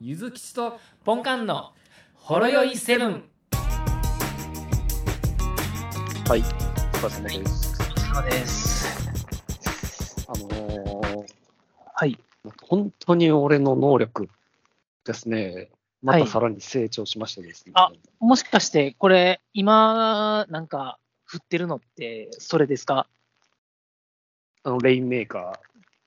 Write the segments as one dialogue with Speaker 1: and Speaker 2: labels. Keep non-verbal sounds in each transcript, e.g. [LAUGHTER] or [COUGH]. Speaker 1: ゆずきちとポンカンのほろよいセブン。
Speaker 2: はい、お疲れ様です。
Speaker 3: そうです。
Speaker 2: あのーはい、本当に俺の能力ですね、またさらに成長しましてですね、
Speaker 3: あもしかして、これ、今、なんか、振ってるのって、それですか
Speaker 2: あのレインメーカ
Speaker 3: は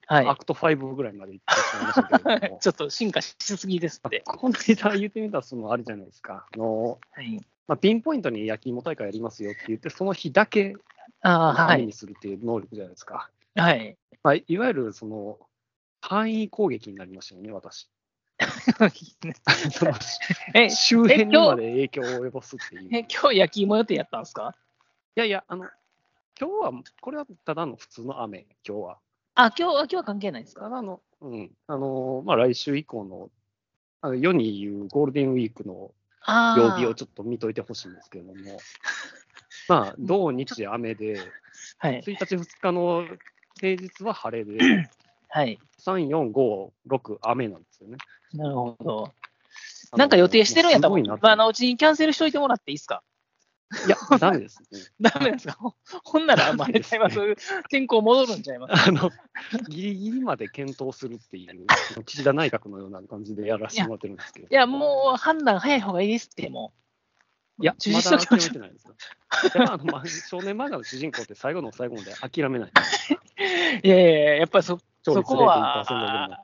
Speaker 2: ー、ア
Speaker 3: い。
Speaker 2: クト5ぐらいまで行ってしまいましたけれども
Speaker 3: [LAUGHS] ち、ょっと進化しすぎですって。
Speaker 2: この間言ってみたら、そのあれじゃないですか、あの
Speaker 3: はい。
Speaker 2: まあ、ピンポイントに焼き芋大会やりますよって言って、その日だけ
Speaker 3: ああ、は
Speaker 2: 範囲
Speaker 3: い。
Speaker 2: にするっていう能力じゃないですか。
Speaker 3: はい。
Speaker 2: まあ、いわゆるその範囲攻撃になりましたよね、
Speaker 3: [LAUGHS]
Speaker 2: 私。その [LAUGHS]
Speaker 3: え、
Speaker 2: 周辺にまで影響を及ぼすっていう。
Speaker 3: え今日焼き芋予定やったんですか
Speaker 2: いやいや、あの、今日は、これはただの普通の雨、今日は。
Speaker 3: あ、今日は、今日は関係ないです
Speaker 2: た
Speaker 3: か
Speaker 2: だの、うん、あの、まあ、来週以降の、あの世に言うゴールデンウィークの
Speaker 3: ああ。
Speaker 2: 曜日をちょっと見といてほしいんですけれども、まあ、土日雨で、
Speaker 3: はい。
Speaker 2: 1日、2日の平日は晴れで、
Speaker 3: [CLEARS THROAT] はい。
Speaker 2: 3、4、5、6、雨なんですよね。
Speaker 3: なるほど。
Speaker 2: あの
Speaker 3: なんか予定してるんやったら、
Speaker 2: もうすごいな
Speaker 3: まあ、あのうちにキャンセルしといてもらっていいですか
Speaker 2: いや、ダメです、ね。
Speaker 3: ダメですかほほんなら、まあ、あれちゃいます。天候戻るんちゃいます
Speaker 2: [LAUGHS] あ
Speaker 3: [LAUGHS]
Speaker 2: の、ギリギリまで検討するっていう、岸田内閣のような感じでやらせてもらってるんですけど。
Speaker 3: いや、もう判断早い方がいいですって、もう。
Speaker 2: いや、
Speaker 3: 中
Speaker 2: ま
Speaker 3: 止しと
Speaker 2: だ諦め
Speaker 3: きましょ
Speaker 2: てないんですよ。でまああのまあ少年漫画の主人公って最後の最後まで諦めない。
Speaker 3: う。 [LAUGHS] いやいやいや、やっぱりそそこ
Speaker 2: あ
Speaker 3: は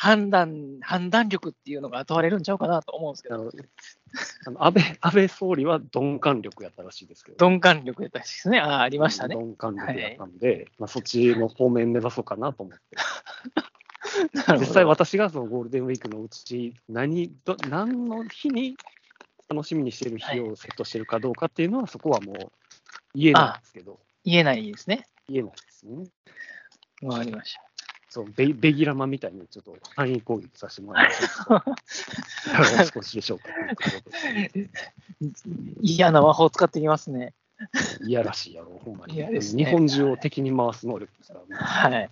Speaker 3: 判断、判断力っていうのが問われるんちゃうかなと思うんですけど、
Speaker 2: のあの安倍安倍総理は鈍感力やったらしいですけど。
Speaker 3: 鈍感力やったしですね。ああ、ありましたね。
Speaker 2: 鈍感力やったんで、まあ、そっちの方面目指そうかなと思って。
Speaker 3: なるほ
Speaker 2: 実
Speaker 3: ど
Speaker 2: 際私がそのゴールデンウィークのうち何ど何の日に楽しみにしている日をセットしてるかどうかっていうのはそこはもう言えないんですけど、
Speaker 3: 言えないですね。
Speaker 2: 言えないですね。
Speaker 3: わかりました。
Speaker 2: そうベベギラマみたいにちょっと範囲攻撃させてもらいました。よろしくおしでしょうかということで
Speaker 3: 嫌な和法使ってきますね。
Speaker 2: いやらしいやろ、ほんまに。
Speaker 3: いやですね
Speaker 2: 日本中を敵に回す能力ですから、ね、
Speaker 3: はい。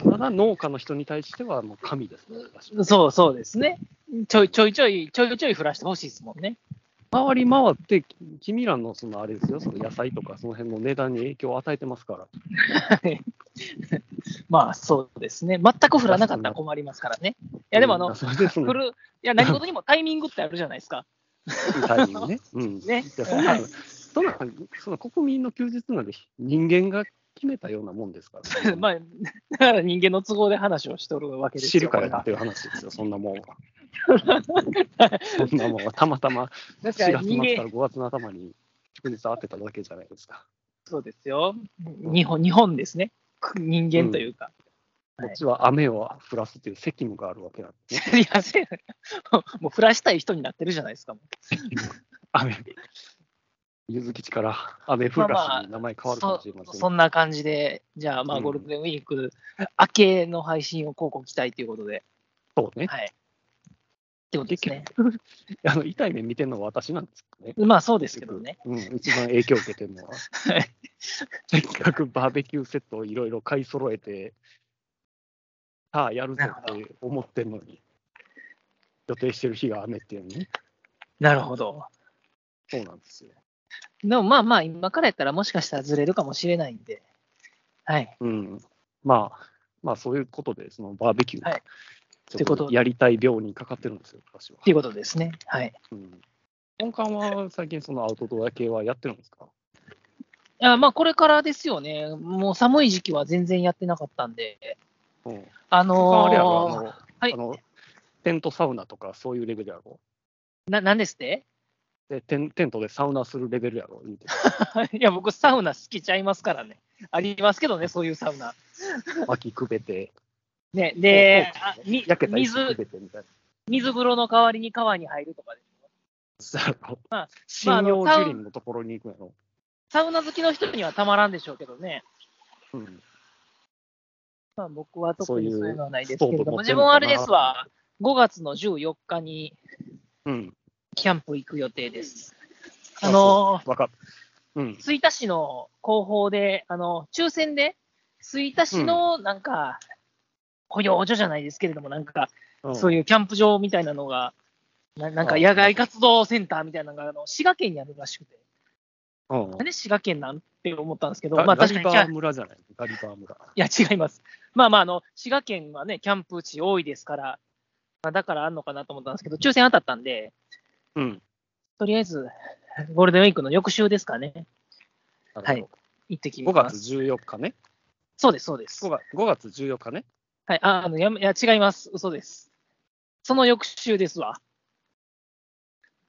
Speaker 2: ただ農家の人に対してはもう神ですね。私は
Speaker 3: そうそうですね。ちょいちょいちょい、ちょいちょい降らしてほしいですもんね。
Speaker 2: 回り回って、君らのそのあれですよ、その野菜とかその辺の値段に影響を与えてますから。
Speaker 3: [LAUGHS] まあそうですね。全く降らなかったら困りますからね。いやでもあの、
Speaker 2: うんそれでそ
Speaker 3: 来
Speaker 2: の
Speaker 3: る、いや、何事にもタイミングってあるじゃないですか。
Speaker 2: タイミングね。うん、
Speaker 3: ね
Speaker 2: いやそんな
Speaker 3: は
Speaker 2: の
Speaker 3: い
Speaker 2: そんなのその国民の休日なんて人間が決めたようなもんですから、
Speaker 3: [LAUGHS] まあ、だから人間の都合で話をしとるわけです
Speaker 2: 知
Speaker 3: よ。
Speaker 2: るからや
Speaker 3: こ
Speaker 2: っていう話
Speaker 3: [LAUGHS]
Speaker 2: ですよ、そんなもんは。そんなもんはたまたま
Speaker 3: れ
Speaker 2: 4
Speaker 3: がだから
Speaker 2: 月
Speaker 3: 人
Speaker 2: 末から
Speaker 3: 間、
Speaker 2: 5月の頭に祝日会ってただけじゃないですか。
Speaker 3: そうですよ。日本、日本ですね。人間というか。
Speaker 2: こ
Speaker 3: はい
Speaker 2: っちは雨を降らすっていう責務があるわけなんですね。
Speaker 3: [LAUGHS] いや、せやもう降らしたい人になってるじゃないですか。もう
Speaker 2: 雨。ゆずきちから雨降らしに名前変わるかもしれません。
Speaker 3: そんな感じで、じゃあ、ま
Speaker 2: う
Speaker 3: あ、
Speaker 2: ん
Speaker 3: ゴールデンウィーク明けの配信をこうご期待ということで。
Speaker 2: そうね。
Speaker 3: はい。ってことですね。
Speaker 2: あの痛い目見てるのは私なんですよね。
Speaker 3: まあ、そうですけどね。
Speaker 2: うん、一番影響を受けてるのは。
Speaker 3: [LAUGHS] はい
Speaker 2: [LAUGHS] せっかくバーベキューセットをいろいろ買い揃えて、さあやるぞって思ってるのに、予定してる日が雨っていうね、
Speaker 3: なるほど。
Speaker 2: そうなんですよ。
Speaker 3: でも、まあまあ、今からやったらもしかしたらずれるかもしれないんで。はい。
Speaker 2: うん、まあ、まあそういうことで、そのバーベキュー、
Speaker 3: はい
Speaker 2: ちょっ
Speaker 3: ってこと
Speaker 2: とやりたい病にかかってるんですよ、私は
Speaker 3: っ。ていうことですね。はい。
Speaker 2: うん本館は最近、そのアウトドア系はやってるんですか
Speaker 3: あまあ、これからですよね。もう寒い時期は全然やってなかったんで。
Speaker 2: うん
Speaker 3: あの
Speaker 2: 本館はあれやろ、あ
Speaker 3: ー、
Speaker 2: の、
Speaker 3: はい
Speaker 2: あのテントサウナとかそういうレベルやろ。
Speaker 3: ななんですって
Speaker 2: でテンテントでサウナするレベルやろ、言うて
Speaker 3: [LAUGHS] いや、僕、サウナ好きちゃいますからね。ありますけどね、そういうサウナ。
Speaker 2: 脇くべて、
Speaker 3: ね、で、
Speaker 2: そう
Speaker 3: あみ
Speaker 2: 焼けた石く
Speaker 3: [LAUGHS] 水
Speaker 2: べてみたいな。
Speaker 3: 水風呂の代わりに川に入るとかです。
Speaker 2: そうやろ
Speaker 3: まあまああ
Speaker 2: 信
Speaker 3: の
Speaker 2: 用樹林のところに行くやろ。
Speaker 3: サウナ好きの人にはたまらんでしょうけどね。
Speaker 2: うん
Speaker 3: まあ、僕は特に
Speaker 2: そういう
Speaker 3: そういうのはないですけれ
Speaker 2: ストーブ
Speaker 3: ど
Speaker 2: 持
Speaker 3: も、
Speaker 2: って
Speaker 3: 自
Speaker 2: んのか
Speaker 3: 分
Speaker 2: な
Speaker 3: はあれですわ。5月の14日に
Speaker 2: うん。
Speaker 3: キャンプ行く予定です。
Speaker 2: あ
Speaker 3: あのー、
Speaker 2: わかる。うん。
Speaker 3: 吹田市の広報で、あの抽選で、吹田市のなんか、保養所じゃないですけれども、なんか、
Speaker 2: うん
Speaker 3: そういうキャンプ場みたいなのが、ななんか野外活動センターみたいなのが、あの滋賀県にあるらしくて、
Speaker 2: うん
Speaker 3: なんで滋賀県なんて思ったんですけど、
Speaker 2: ガ
Speaker 3: まあ
Speaker 2: ガ
Speaker 3: 確か
Speaker 2: リ
Speaker 3: にキ
Speaker 2: バ
Speaker 3: ャ
Speaker 2: ー村じゃないガリバー村。
Speaker 3: いや、違います。まあまあ、あの、滋賀県はね、キャンプ地多いですから、まあ、だからあんのかなと思ったんですけど、抽選当たったんで、
Speaker 2: うん。
Speaker 3: とりあえず、ゴールデンウィークの翌週ですかね、はい行ってき
Speaker 2: 5
Speaker 3: ま
Speaker 2: 月
Speaker 3: す。
Speaker 2: 14日ね。
Speaker 3: そうです、そうです
Speaker 2: 5。月 ,5 月14日ね。
Speaker 3: はい、あ、あの、やめ、いや、違います。嘘です。その翌週ですわ。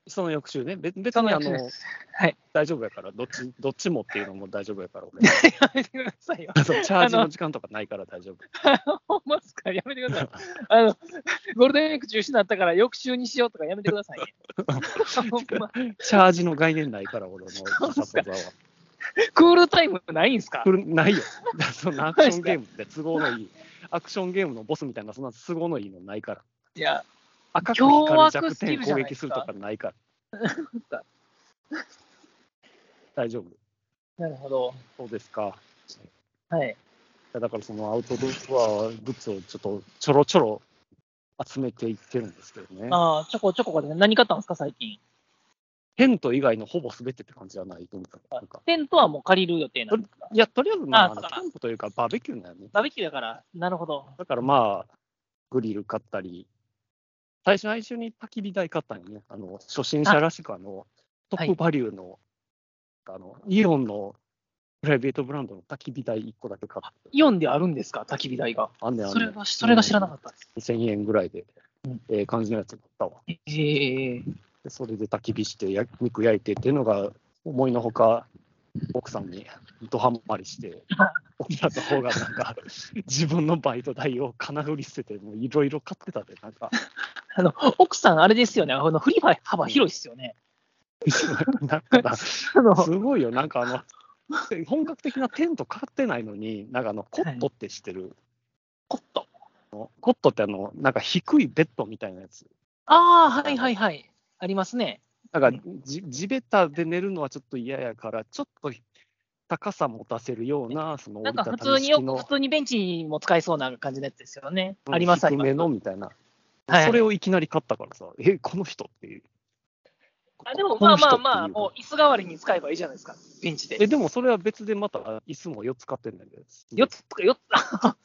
Speaker 2: その翌週ね。べ別
Speaker 3: そ
Speaker 2: に
Speaker 3: の
Speaker 2: あ
Speaker 3: [LAUGHS] 翌週で
Speaker 2: の
Speaker 3: す。はい。
Speaker 2: 大丈夫やから、どっちどっちもっていうのも大丈夫やから、
Speaker 3: [LAUGHS]
Speaker 2: 俺。
Speaker 3: やめてくださいよ。
Speaker 2: そうチャージの時間とかないから大丈夫。
Speaker 3: ほんまっすかやめてください。あの、ゴールデンウィーク中止になったから、翌週にしようとかやめてくださいね。 [LAUGHS] ほんま
Speaker 2: チャージの概念ないから、俺の
Speaker 3: うっす
Speaker 2: 笹
Speaker 3: か
Speaker 2: 座は。
Speaker 3: クールタイムないんすか
Speaker 2: くるないよ。だそんなアクションゲームって都合のいい。アクションゲームのボスみたいな、そんな都合のいいのないから。
Speaker 3: いや、
Speaker 2: 赤く光る弱
Speaker 3: 凶悪スキ
Speaker 2: 点
Speaker 3: ルじ
Speaker 2: 攻
Speaker 3: ゃない
Speaker 2: 撃
Speaker 3: ですす
Speaker 2: る
Speaker 3: か
Speaker 2: とかないから。 [LAUGHS] 大丈夫。
Speaker 3: なるほど。
Speaker 2: そうですか。
Speaker 3: はい。
Speaker 2: いやだからそのアウトドアグッズをちょっとちょろちょろ集めていってるんですけどね。
Speaker 3: ああ、ちょこちょこがね、何買ったんですか、最近。
Speaker 2: テント以外のほぼ全てって感じじゃないと思った。なんか
Speaker 3: テントはもう借りる予定なんですか
Speaker 2: いや、とりあえず、まあ、
Speaker 3: あ
Speaker 2: あ
Speaker 3: そ
Speaker 2: の
Speaker 3: うか
Speaker 2: キャンプというかバーベキューだよね。
Speaker 3: バーベキューだから、なるほど。
Speaker 2: だからまあ、グリル買ったり、最初、最初に焚き火台買ったんよね。あの、初心者らしく、あの、トップバリューの、あの、イオンのプライベートブランドの焚き火台1個だけ買って、
Speaker 3: イオンであるんですか、焚き火台が。
Speaker 2: あんねんあん
Speaker 3: そ
Speaker 2: ね
Speaker 3: れ
Speaker 2: ん
Speaker 3: が、それが知らなかったです。
Speaker 2: 2000円ぐらいで、ええ感じのやつ買ったわ。
Speaker 3: ええ
Speaker 2: でそれで焚き火してや肉焼いてっていうのが思いのほか奥さんにドハマりして
Speaker 3: [LAUGHS]
Speaker 2: 奥さんの方がなんか自分のバイト代を金振り捨ててもういろいろ買ってたでなんか
Speaker 3: あの、奥さん、あれですよね。あの、振り幅広いですよね。
Speaker 2: [LAUGHS] なんかな
Speaker 3: あの、
Speaker 2: すごいよなんかあの本格的なテント買ってないのになんかあのコットってしてる、
Speaker 3: コット。
Speaker 2: コットってあのなんか低いベッドみたいなやつ
Speaker 3: ああ、はいはいはい。ありますね。
Speaker 2: なんかじ地べたで寝るのはちょっと嫌やからちょっと高さ持たせるようなその
Speaker 3: な
Speaker 2: 折
Speaker 3: ん
Speaker 2: り
Speaker 3: か
Speaker 2: た
Speaker 3: 普
Speaker 2: たみ
Speaker 3: 通に
Speaker 2: 式
Speaker 3: よ、
Speaker 2: の
Speaker 3: 普通にベンチにも使えそうな感じのやつですよね。あります、あり
Speaker 2: 低
Speaker 3: ます
Speaker 2: めのみたいな、
Speaker 3: はい
Speaker 2: それをいきなり買ったからさ、え、この人っていう。
Speaker 3: あでも
Speaker 2: こ
Speaker 3: ま
Speaker 2: の
Speaker 3: あ
Speaker 2: 人
Speaker 3: ま
Speaker 2: っていう
Speaker 3: あまあ、もう椅子代わりに使えばいいじゃないですか、ベンチで。
Speaker 2: え、でもそれは別でまた椅子も4つ買ってんだけど。
Speaker 3: 4つとか4つ、あ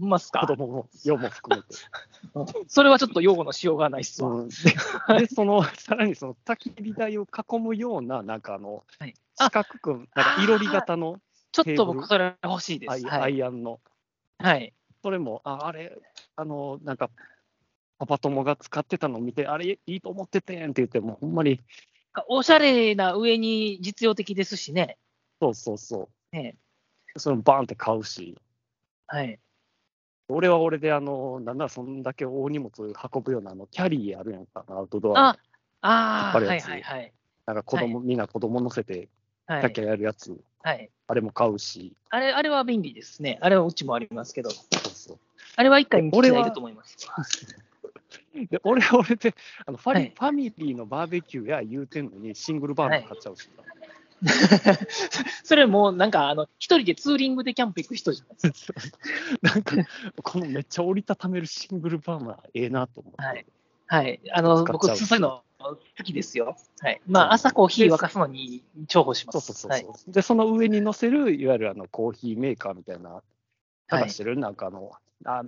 Speaker 3: ほんまっす
Speaker 2: 子
Speaker 3: か。
Speaker 2: 供も4も含めて。
Speaker 3: それはちょっと用語のしようがないっすわ。
Speaker 2: うん [LAUGHS] で、でその、さらにその焚き火台を囲むような、なんかあの、
Speaker 3: はい
Speaker 2: 四角く、なんかいろり型の
Speaker 3: ちょっと
Speaker 2: テーブル
Speaker 3: 僕、それ欲しいで
Speaker 2: ア
Speaker 3: す。
Speaker 2: イ,、
Speaker 3: はい。
Speaker 2: アンの、
Speaker 3: はい、
Speaker 2: それも、ああれ、あの、なんか、パパ友が使ってたのを見て、あれ、いいと思っててんって言っても、ほんまに、
Speaker 3: おしゃれな上に実用的ですしね。
Speaker 2: そうそうそう。
Speaker 3: ね
Speaker 2: それもバーンって買うし。
Speaker 3: はい。
Speaker 2: 俺は俺で、あの、なんならそんだけ大荷物運ぶような、あの、キャリーあるやんか、アウトドア
Speaker 3: あ。ああ、
Speaker 2: 引っ張る
Speaker 3: は
Speaker 2: や
Speaker 3: い
Speaker 2: つ
Speaker 3: はいはい。
Speaker 2: なんか子供、みんな子供乗せて、キ
Speaker 3: は
Speaker 2: ャキ
Speaker 3: い。
Speaker 2: ャやるやつ、
Speaker 3: はい、
Speaker 2: あれも買うし、
Speaker 3: あれあれは便利ですね。あれはうちもありますけど。
Speaker 2: そうそ
Speaker 3: あれは一回見つけないと思います。
Speaker 2: う。で、俺 [LAUGHS] は俺で、あのファリ、
Speaker 3: はい
Speaker 2: ファミリーのバーベキューや言うてんのに、シングルバーナー買っちゃうし、
Speaker 3: それもうなんか、あの、一人でツーリングでキャンプ行く人じゃないですか。
Speaker 2: [LAUGHS] なんか、このめっちゃ折りたためるシングルバーナー、ええなと
Speaker 3: [LAUGHS]
Speaker 2: 思って。
Speaker 3: はいはい。あの、
Speaker 2: 使っ
Speaker 3: 僕、
Speaker 2: ちゃう
Speaker 3: そういうの好きですよ。はい。まあ、朝コーヒー沸かすのに重宝しま
Speaker 2: そ
Speaker 3: す。
Speaker 2: うそうそうそう、
Speaker 3: はい。
Speaker 2: で、その上に乗せる、いわゆるあのコーヒーメーカーみたいな、なんかしてる、なんかあの、あ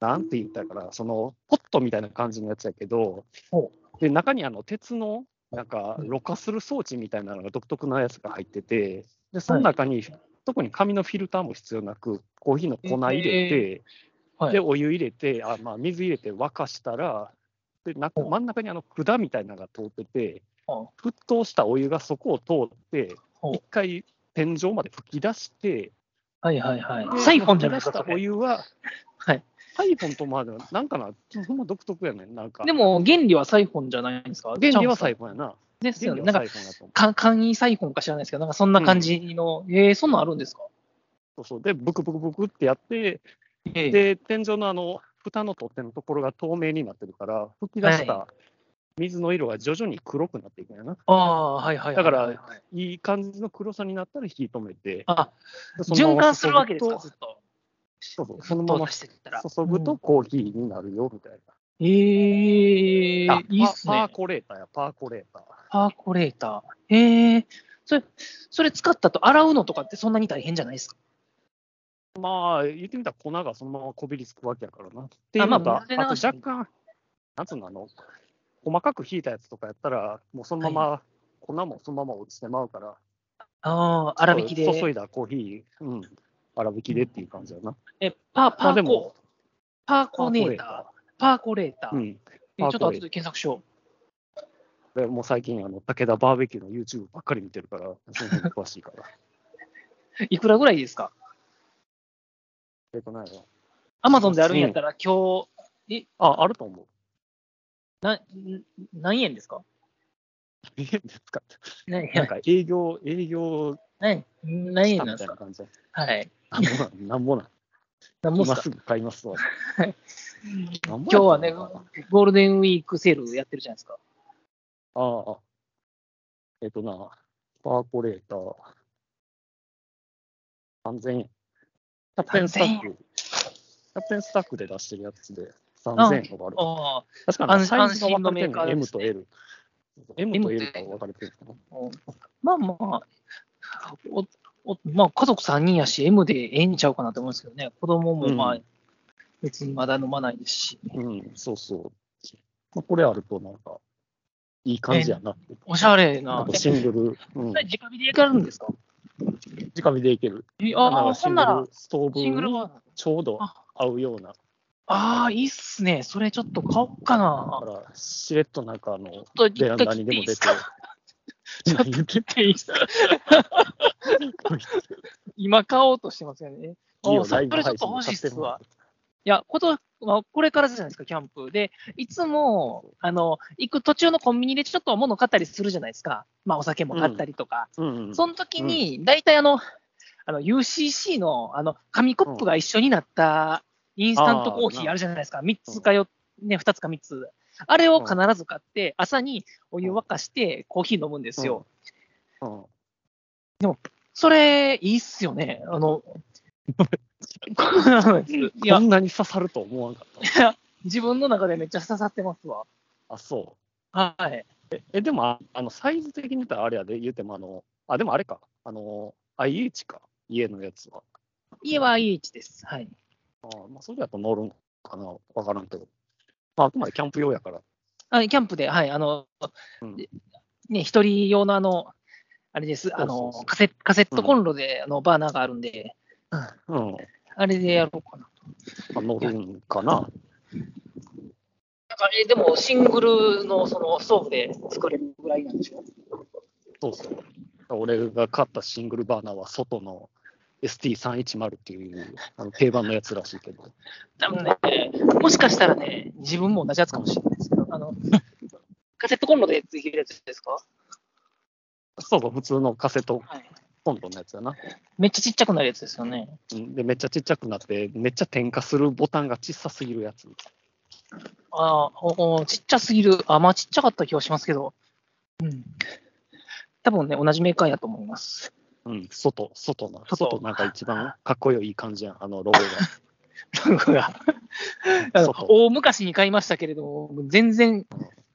Speaker 2: なんて言ったらいいかな、そのポットみたいな感じのやつやけど
Speaker 3: ほ、
Speaker 2: で中にあの鉄のなんかろ過する装置みたいなのが独特なやつが入ってて、でその中に、特に紙のフィルターも必要なく、コーヒーの粉入れて、
Speaker 3: はい
Speaker 2: でお湯入れて、あまあ、水入れて沸かしたら、で中真ん中にあの管みたいなのが通ってて、
Speaker 3: ほ
Speaker 2: 沸騰したお湯がそこを通って、
Speaker 3: ほう
Speaker 2: 一回天井まで吹き出して、
Speaker 3: はいはいはい。
Speaker 2: で
Speaker 3: サイフォンじゃないです
Speaker 2: 吹き出し
Speaker 3: か、
Speaker 2: た
Speaker 3: そ
Speaker 2: お
Speaker 3: れ
Speaker 2: 湯は、
Speaker 3: はい。
Speaker 2: サイフォンとまでは、なんかな、ほんま独特やねん。なんか、
Speaker 3: でも、原理はサイフォンじゃないんですか
Speaker 2: 原理はサイ
Speaker 3: フ
Speaker 2: フォンやな。
Speaker 3: ォン。です
Speaker 2: 原理
Speaker 3: よね。
Speaker 2: は
Speaker 3: なん
Speaker 2: サ
Speaker 3: か
Speaker 2: イ、フォンやと思
Speaker 3: か簡易サイフォンか知らないですけど、なんかそんな感じの、えー、そんなんあるんですか
Speaker 2: う。そうそうで、ブクブクブクってやって、
Speaker 3: ええ。
Speaker 2: で、天井のあの、蓋の取っ手のところが透明になってるから、吹き出し
Speaker 3: は
Speaker 2: た水の色が徐々に黒くなっていくんやな。
Speaker 3: ああ、はいはいはい。
Speaker 2: だから
Speaker 3: はいはい
Speaker 2: いい感じの黒さになったら火止めて、
Speaker 3: [LAUGHS] あ、
Speaker 2: でそのま
Speaker 3: 循
Speaker 2: ま
Speaker 3: 環するわけです
Speaker 2: 注
Speaker 3: か、
Speaker 2: ぐと
Speaker 3: ずっと。
Speaker 2: そうそうそのまま
Speaker 3: 沸騰させてったら。
Speaker 2: 注ぐとコーヒーになるよみたいな。
Speaker 3: ええ
Speaker 2: あ
Speaker 3: いいっす
Speaker 2: パ
Speaker 3: ね
Speaker 2: パー。コレーターや、パーコレーター。
Speaker 3: パーコレーター。ええそれ、それ使ったと洗うのとかってそんなに大変じゃないですか。
Speaker 2: まあ、言ってみたら粉がそのままこびりつくわけやからな。ってい
Speaker 3: あ
Speaker 2: う
Speaker 3: まあ
Speaker 2: のが、あ
Speaker 3: 混ぜ流し
Speaker 2: と
Speaker 3: て
Speaker 2: 若干、なんつうの、あの、細かくひいたやつとかやったら、もうそのまま、粉もそのまま落ちてまうから、
Speaker 3: ああ、粗挽きで。
Speaker 2: 注いだコーヒー、うん、粗挽きでっていう感じやな。
Speaker 3: え、パー、パ
Speaker 2: まあで
Speaker 3: ー
Speaker 2: も
Speaker 3: コ、パーコネーター。パーコレータ
Speaker 2: う
Speaker 3: ー。
Speaker 2: ん。
Speaker 3: えちょっと
Speaker 2: パーコレー
Speaker 3: 後で検索しよ
Speaker 2: でもう最近、あの、武田バーベキューの YouTube ばっかり見てるから、その辺詳しいから。
Speaker 3: う。いくらぐらいですか
Speaker 2: えっとないわ
Speaker 3: アマゾンであるんやったら今日、
Speaker 2: あ、あると思う。 [LAUGHS]
Speaker 3: な、ん何円ですか
Speaker 2: えですか
Speaker 3: 何
Speaker 2: なん
Speaker 3: 円
Speaker 2: か営業、営業
Speaker 3: 何何
Speaker 2: し
Speaker 3: 円
Speaker 2: た
Speaker 3: な
Speaker 2: み
Speaker 3: ん
Speaker 2: た
Speaker 3: です
Speaker 2: いな
Speaker 3: か
Speaker 2: 感じで。
Speaker 3: はい。
Speaker 2: なんぼなん、なんぼなん。
Speaker 3: 何 [LAUGHS] もっす
Speaker 2: 今
Speaker 3: か
Speaker 2: すぐ買いますわ。今
Speaker 3: 今日はね、ゴールデンウィークセールやってるじゃないですか。
Speaker 2: ああ。えっとな、パーコレーター。3000円。キャプテンスタック。キャプテンスタックで出してるやつで3000円とかある。
Speaker 3: あ
Speaker 2: 確か
Speaker 3: 安
Speaker 2: に
Speaker 3: 心
Speaker 2: サイズが分かれてる
Speaker 3: 安心のメーカー
Speaker 2: ね。
Speaker 3: で
Speaker 2: M
Speaker 3: す
Speaker 2: と
Speaker 3: ね
Speaker 2: L。M と L
Speaker 3: と
Speaker 2: が
Speaker 3: L
Speaker 2: 分かれてるのか
Speaker 3: あ、うんまあまあ、おおまあ、家族3人やし、M でええんちゃうかなと思うんですけどね、子供もま
Speaker 2: う
Speaker 3: あ、別にまだ飲まないですし、
Speaker 2: な。うん、そうそう。まあ、これあるとなんか、いい感じやなって。
Speaker 3: おしゃれ
Speaker 2: な。
Speaker 3: なん
Speaker 2: かシングル、うん、
Speaker 3: え直火でやるんですか
Speaker 2: 直火でいける。
Speaker 3: え
Speaker 2: な
Speaker 3: あ
Speaker 2: んか
Speaker 3: あ、
Speaker 2: シ
Speaker 3: ほ
Speaker 2: ン
Speaker 3: ん
Speaker 2: グ
Speaker 3: なら
Speaker 2: ル、ストーブ
Speaker 3: シングル
Speaker 2: に
Speaker 3: は。
Speaker 2: ちょうど
Speaker 3: あ
Speaker 2: 合うような
Speaker 3: ああ、いいっすね。それちょっと買おうかな
Speaker 2: だか。ら、しれっとなんかあの、
Speaker 3: ちょっと
Speaker 2: ベラ
Speaker 3: 一
Speaker 2: ン
Speaker 3: 回
Speaker 2: ダに
Speaker 3: 切っ
Speaker 2: で
Speaker 3: てい
Speaker 2: も出
Speaker 3: いです
Speaker 2: て [LAUGHS]
Speaker 3: か、
Speaker 2: 何言ってん
Speaker 3: っていいっすか今買おうとしてますよね。
Speaker 2: のいいよ
Speaker 3: あそ
Speaker 2: ライブ
Speaker 3: れちょっ
Speaker 2: 配
Speaker 3: と
Speaker 2: 信
Speaker 3: 欲しいっ
Speaker 2: で買って
Speaker 3: す
Speaker 2: もら
Speaker 3: わ
Speaker 2: っ。
Speaker 3: いや、こと、まあ、これからじゃないですか、キャンプ。で、いつも、あの、行く途中のコンビニでちょっと物買ったりするじゃないですか。まあ、お酒も買ったりとか。
Speaker 2: て。うんうん。
Speaker 3: その時に、大体あの、あの、UCC の、あの、紙コップが一緒になったインスタントコーヒ
Speaker 2: あー
Speaker 3: ーあるじゃないですか。3つかよ、ね、2つか3つ。あれを必ず買って、朝にお湯沸かしてコーヒー飲むんですよ。
Speaker 2: うん
Speaker 3: それ、いいっすよね。あ
Speaker 2: [LAUGHS]
Speaker 3: の、い
Speaker 2: こ
Speaker 3: や、
Speaker 2: んなに刺さると思わなかった。
Speaker 3: 自分の中でめっちゃ刺さってますわ。
Speaker 2: あ、そ
Speaker 3: はい。
Speaker 2: う。え、でも、ああの、サイズ的に言ったらあれやで、言うてもあの、あ、でもあれか。あの、IH か。家のやつは。
Speaker 3: 家は IH です。はい。
Speaker 2: あまあ、それやと乗るんかな。わからんけど。まあ、あくまでキャンプ用やから。
Speaker 3: あキャンプで、はい、あの、
Speaker 2: うん
Speaker 3: ね、一人用のあの、あれで
Speaker 2: そ
Speaker 3: す、
Speaker 2: うそ
Speaker 3: あ
Speaker 2: うそう
Speaker 3: の、カセッカセットコンロで、あの、バーナーがあるんで、
Speaker 2: うん。ま
Speaker 3: あれでやろうかな。
Speaker 2: あ、乗るんかな。
Speaker 3: なんか、え、でも、シングルの、その、ストーブで作れるぐらいなんでしょ
Speaker 2: そうそう。俺が買ったシングルバーナーは外の ST310 っていうあの定番のやつらしいけど。
Speaker 3: 多分ね、もしかしたらね、自分も同じやつかもしれないですけど、あの、 [LAUGHS] カセットコンロでできるやつですか
Speaker 2: そうそう、普通のカセット
Speaker 3: はい。
Speaker 2: コンロのやつやな。
Speaker 3: めっちゃちっちゃくなるやつですよね。
Speaker 2: うんで、めっちゃちっちゃくなって、めっちゃ点火するボタンが小さすぎるやつ。
Speaker 3: ああ、おおちっちゃすぎる。あ、まあちっちゃかった気はしますけど。うん。多分ね、同じメーカーやと思います。
Speaker 2: うん、外、外な。
Speaker 3: 外
Speaker 2: 外なんか一番かっこよい感じやん、あのロゴが。
Speaker 3: ロゴが。あの
Speaker 2: そうそう
Speaker 3: 大昔に買いましたけれども、全然、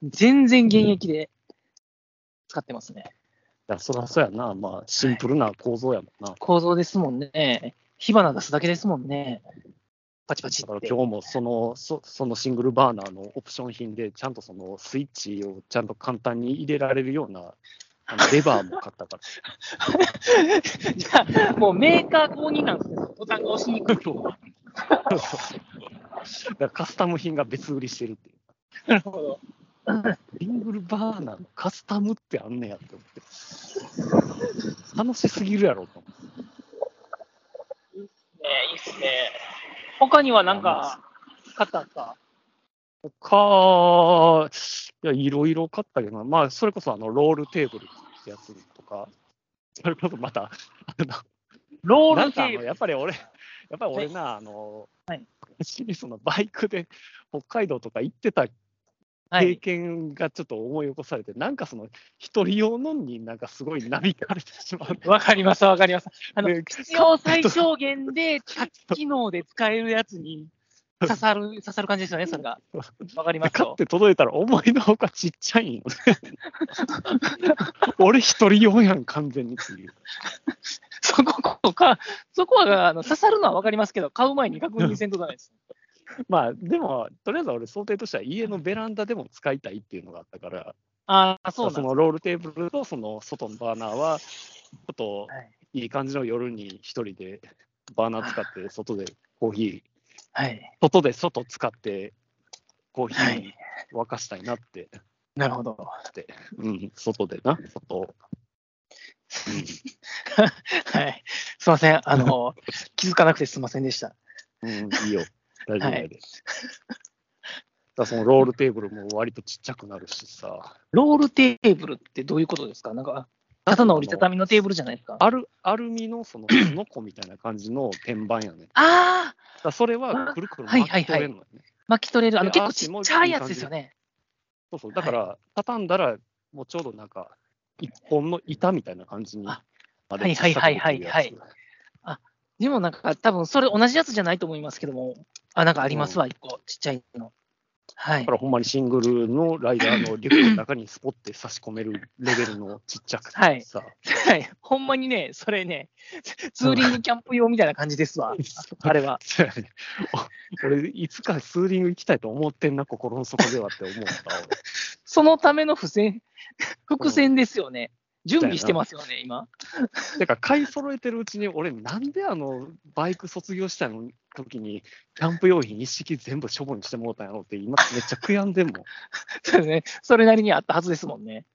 Speaker 3: 全然現役で使ってますね。
Speaker 2: いや、そらそうやな。まあ、シンプルな構造やもんな。
Speaker 3: 構造ですもんね。火花出すだけですもんね。パチパチ
Speaker 2: だから
Speaker 3: って。
Speaker 2: 今日もそのそそのシングルバーナーのオプション品で、ちゃんとそのスイッチをちゃんと簡単に入れられるようなあのレバーも買ったから。
Speaker 3: じゃあ [LAUGHS] もうメーカー公認なんですね。ボタンが押しにくい。
Speaker 2: だからカスタム品が別売りしてるっていう。
Speaker 3: なるほど。
Speaker 2: シングルバーナーのカスタムってあんねやって思って。楽しすぎるやろと思って。
Speaker 3: ねいいっすね。他にはなんか、買ったんですか
Speaker 2: 他、いや、いろいろ買ったけどな、まあ、それこそあのロールテーブルってやつとか、それこそまた、あの
Speaker 3: ロー
Speaker 2: な
Speaker 3: ル
Speaker 2: ん
Speaker 3: テ
Speaker 2: かあ
Speaker 3: ー
Speaker 2: の
Speaker 3: プ。
Speaker 2: やっぱり俺、 [LAUGHS] やっぱり俺な、あの、
Speaker 3: はい
Speaker 2: 昔にそのバイクで北海道とか行ってた
Speaker 3: は
Speaker 2: 経
Speaker 3: い。
Speaker 2: 験がちょっと思い起こされて、なんかその、一人用のになんかすごいなびかれてしまう。
Speaker 3: わかります、わかります。あの、
Speaker 2: で
Speaker 3: 必要最小限で、多機能で使えるやつに刺さる、刺さる感じですよね、それが。わかります
Speaker 2: 買
Speaker 3: よ
Speaker 2: っ。て届いたら思いのほかちっちゃ
Speaker 3: [LAUGHS]
Speaker 2: いんよね。俺一人用やん、完全にっていう。
Speaker 3: そここか、そこはあの刺さるのはわかりますけど、買う前に確認せんとダメです。
Speaker 2: まあ、でも、とりあえず俺想定としては家のベランダでも使いたいっていうのがあったから、
Speaker 3: ああ、そうなん
Speaker 2: そ
Speaker 3: で
Speaker 2: のロールテーブルとその外のバーナーは、ちょっと
Speaker 3: す。はい
Speaker 2: いい感じの夜に一人でバーナー使って、外でコーヒー、
Speaker 3: はい。
Speaker 2: 外で外使ってコーヒ
Speaker 3: は
Speaker 2: ー
Speaker 3: い。
Speaker 2: 沸かしたいなって、
Speaker 3: なるほど。
Speaker 2: うん、外でな、外を。
Speaker 3: はい。すいません。あ [LAUGHS] の、気づかなくてすいませんでした。
Speaker 2: うん、うん、いいよ、大丈夫
Speaker 3: はい
Speaker 2: やで。だからそのロールテーブルも割とちっちゃくなるしさ、
Speaker 3: ロールテーブルってどういうことですかなんか、ただの折りたたみのテーブルじゃないですか。あ
Speaker 2: アルアルミのそ
Speaker 3: [LAUGHS]
Speaker 2: のすのこみたいな感じの天板やね。
Speaker 3: あー、
Speaker 2: だからそれはくるくる巻き取れるのよね。
Speaker 3: 巻き取れる。あの、
Speaker 2: で
Speaker 3: 結構ちっちゃいやつですよね。
Speaker 2: そうそう、だから畳んだら、もうちょうどなんか、一本の板みたいな感じに
Speaker 3: あ
Speaker 2: ま
Speaker 3: はいはいはいはいはい
Speaker 2: 小さくできるやつ
Speaker 3: でもなんか、多分それ同じやつじゃないと思いますけども、あ、なんかありますわ、一個、ちっちゃいの。はい
Speaker 2: だか。らほんまにシングルのライダーのリュックの中にスポッて差し込めるレベルのちっちゃく
Speaker 3: [LAUGHS] は
Speaker 2: て
Speaker 3: い
Speaker 2: さ、 [LAUGHS]
Speaker 3: はい、ほんまにね、それね、ツーリングキャンプ用みたいな感じですわ、あれは。
Speaker 2: そうやねお俺、いつかツーリング行きたいと思ってんな、心の底ではって思った。俺
Speaker 3: そのための付箋、伏線ですよね。準備してますよね、今。
Speaker 2: てか、買い揃えてるうちに、俺、なんであの、バイク卒業したの時に、キャンプ用品一式全部処分してもうたんやろうって、今、めっちゃ悔やんでんも
Speaker 3: [LAUGHS]
Speaker 2: ん。
Speaker 3: そうですね。それなりにあったはずですもんね。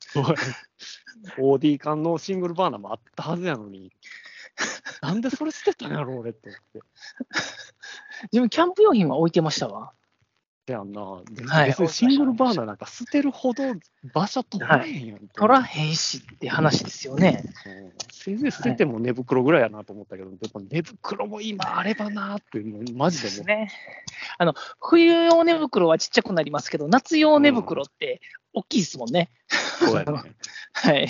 Speaker 2: OD 缶のシングルバーナーもあったはずやのに、なんでそれ捨てたんやろ、俺って思って。
Speaker 3: 自分、キャンプ用品は置いてましたわ。
Speaker 2: でやんな、で
Speaker 3: はい
Speaker 2: 別にシングルバーナーなんか捨てるほど場所取らへんやん。
Speaker 3: 取らへんしって話ですよね。
Speaker 2: うんせいぜい捨てても寝袋ぐらいやなと思ったけど、でも寝袋も今あればなーって、もうマジでもう
Speaker 3: ね。あの、冬用寝袋はちっちゃくなりますけど、夏用寝袋って大きいですもんね。
Speaker 2: そうやね。
Speaker 3: はい。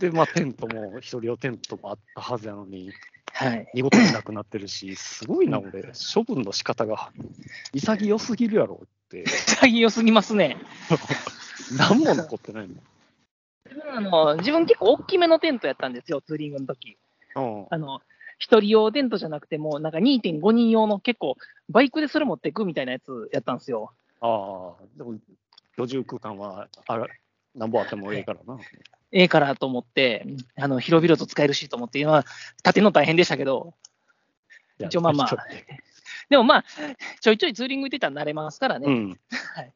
Speaker 2: で、まあテントも、一人用テントもあったはずやのに、
Speaker 3: はい。
Speaker 2: 見事になくなってるし、すごいな、俺、処分の仕方が潔すぎるやろって、
Speaker 3: 潔すぎますね。
Speaker 2: 何も残ってないもん。
Speaker 3: 自分あの自分結構大きめのテントやったんですよ、ツーリングの時
Speaker 2: うん
Speaker 3: あの、一人用テントじゃなくても、なんか2.5人用の結構、バイクでそれ持っていくみたいなやつやったんですよ。
Speaker 2: ああ、でも、居住空間は、あら、なんぼあってもええからな。
Speaker 3: ええからと思って、あの、広々と使えるしと思って、今、立てるの大変でしたけど、一応まあまあ
Speaker 2: ちょっとね
Speaker 3: でもまあ、ちょいちょいツーリング行ってたら慣れますから
Speaker 2: う
Speaker 3: ね。
Speaker 2: ん。
Speaker 3: はい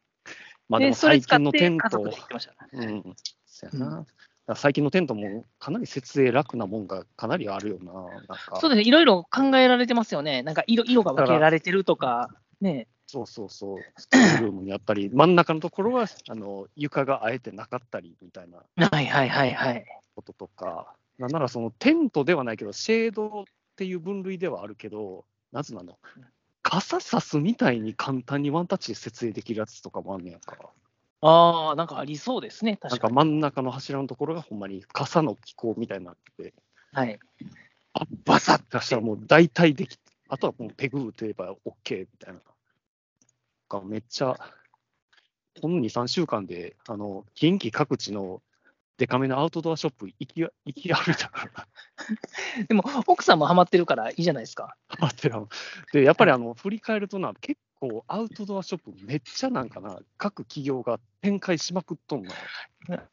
Speaker 2: まあで
Speaker 3: で、
Speaker 2: も
Speaker 3: それ
Speaker 2: 最
Speaker 3: 使
Speaker 2: 近
Speaker 3: っ
Speaker 2: のテ
Speaker 3: て
Speaker 2: ン
Speaker 3: 家
Speaker 2: ト
Speaker 3: 族で、行ってました。
Speaker 2: うん。そやな。
Speaker 3: うん
Speaker 2: だから最近のテントもかなり設営楽なもんがかなりあるよな。なんか
Speaker 3: そうですね、いろいろ考えられてますよね。なんか色色が分けられてるとか、ね。
Speaker 2: そうそうそう。ストールームにあったり、
Speaker 3: [LAUGHS]
Speaker 2: 真ん中のところはあの床があえてなかったりみたいな
Speaker 3: はいはいはいはい。
Speaker 2: こととか、なんならそのテントではないけど、シェードっていう分類ではあるけど、なぜなの傘さすみたいに簡単にワンタッチで設営できるやつとかもあんねやんか。
Speaker 3: ああ、なんかありそうですね、
Speaker 2: なん
Speaker 3: 確か
Speaker 2: か
Speaker 3: に。
Speaker 2: 真ん中の柱のところがほんまに傘の機構みたいになってて、
Speaker 3: はい。
Speaker 2: あバサッとしたらもう大体できて、あとはもうペグ打てれば OK みたいな。がめっちゃ、この2、3週間で、あの、近畿各地のデカめのアウトドアショップ行き、行き歩いたから、
Speaker 3: でも、奥さんもハマってるからいいじゃないですか。
Speaker 2: ハマってるで、やっぱりあの、振り返るとな、結構アウトドアショップめっちゃなんかな、各企業が展開しまくっとんのよ。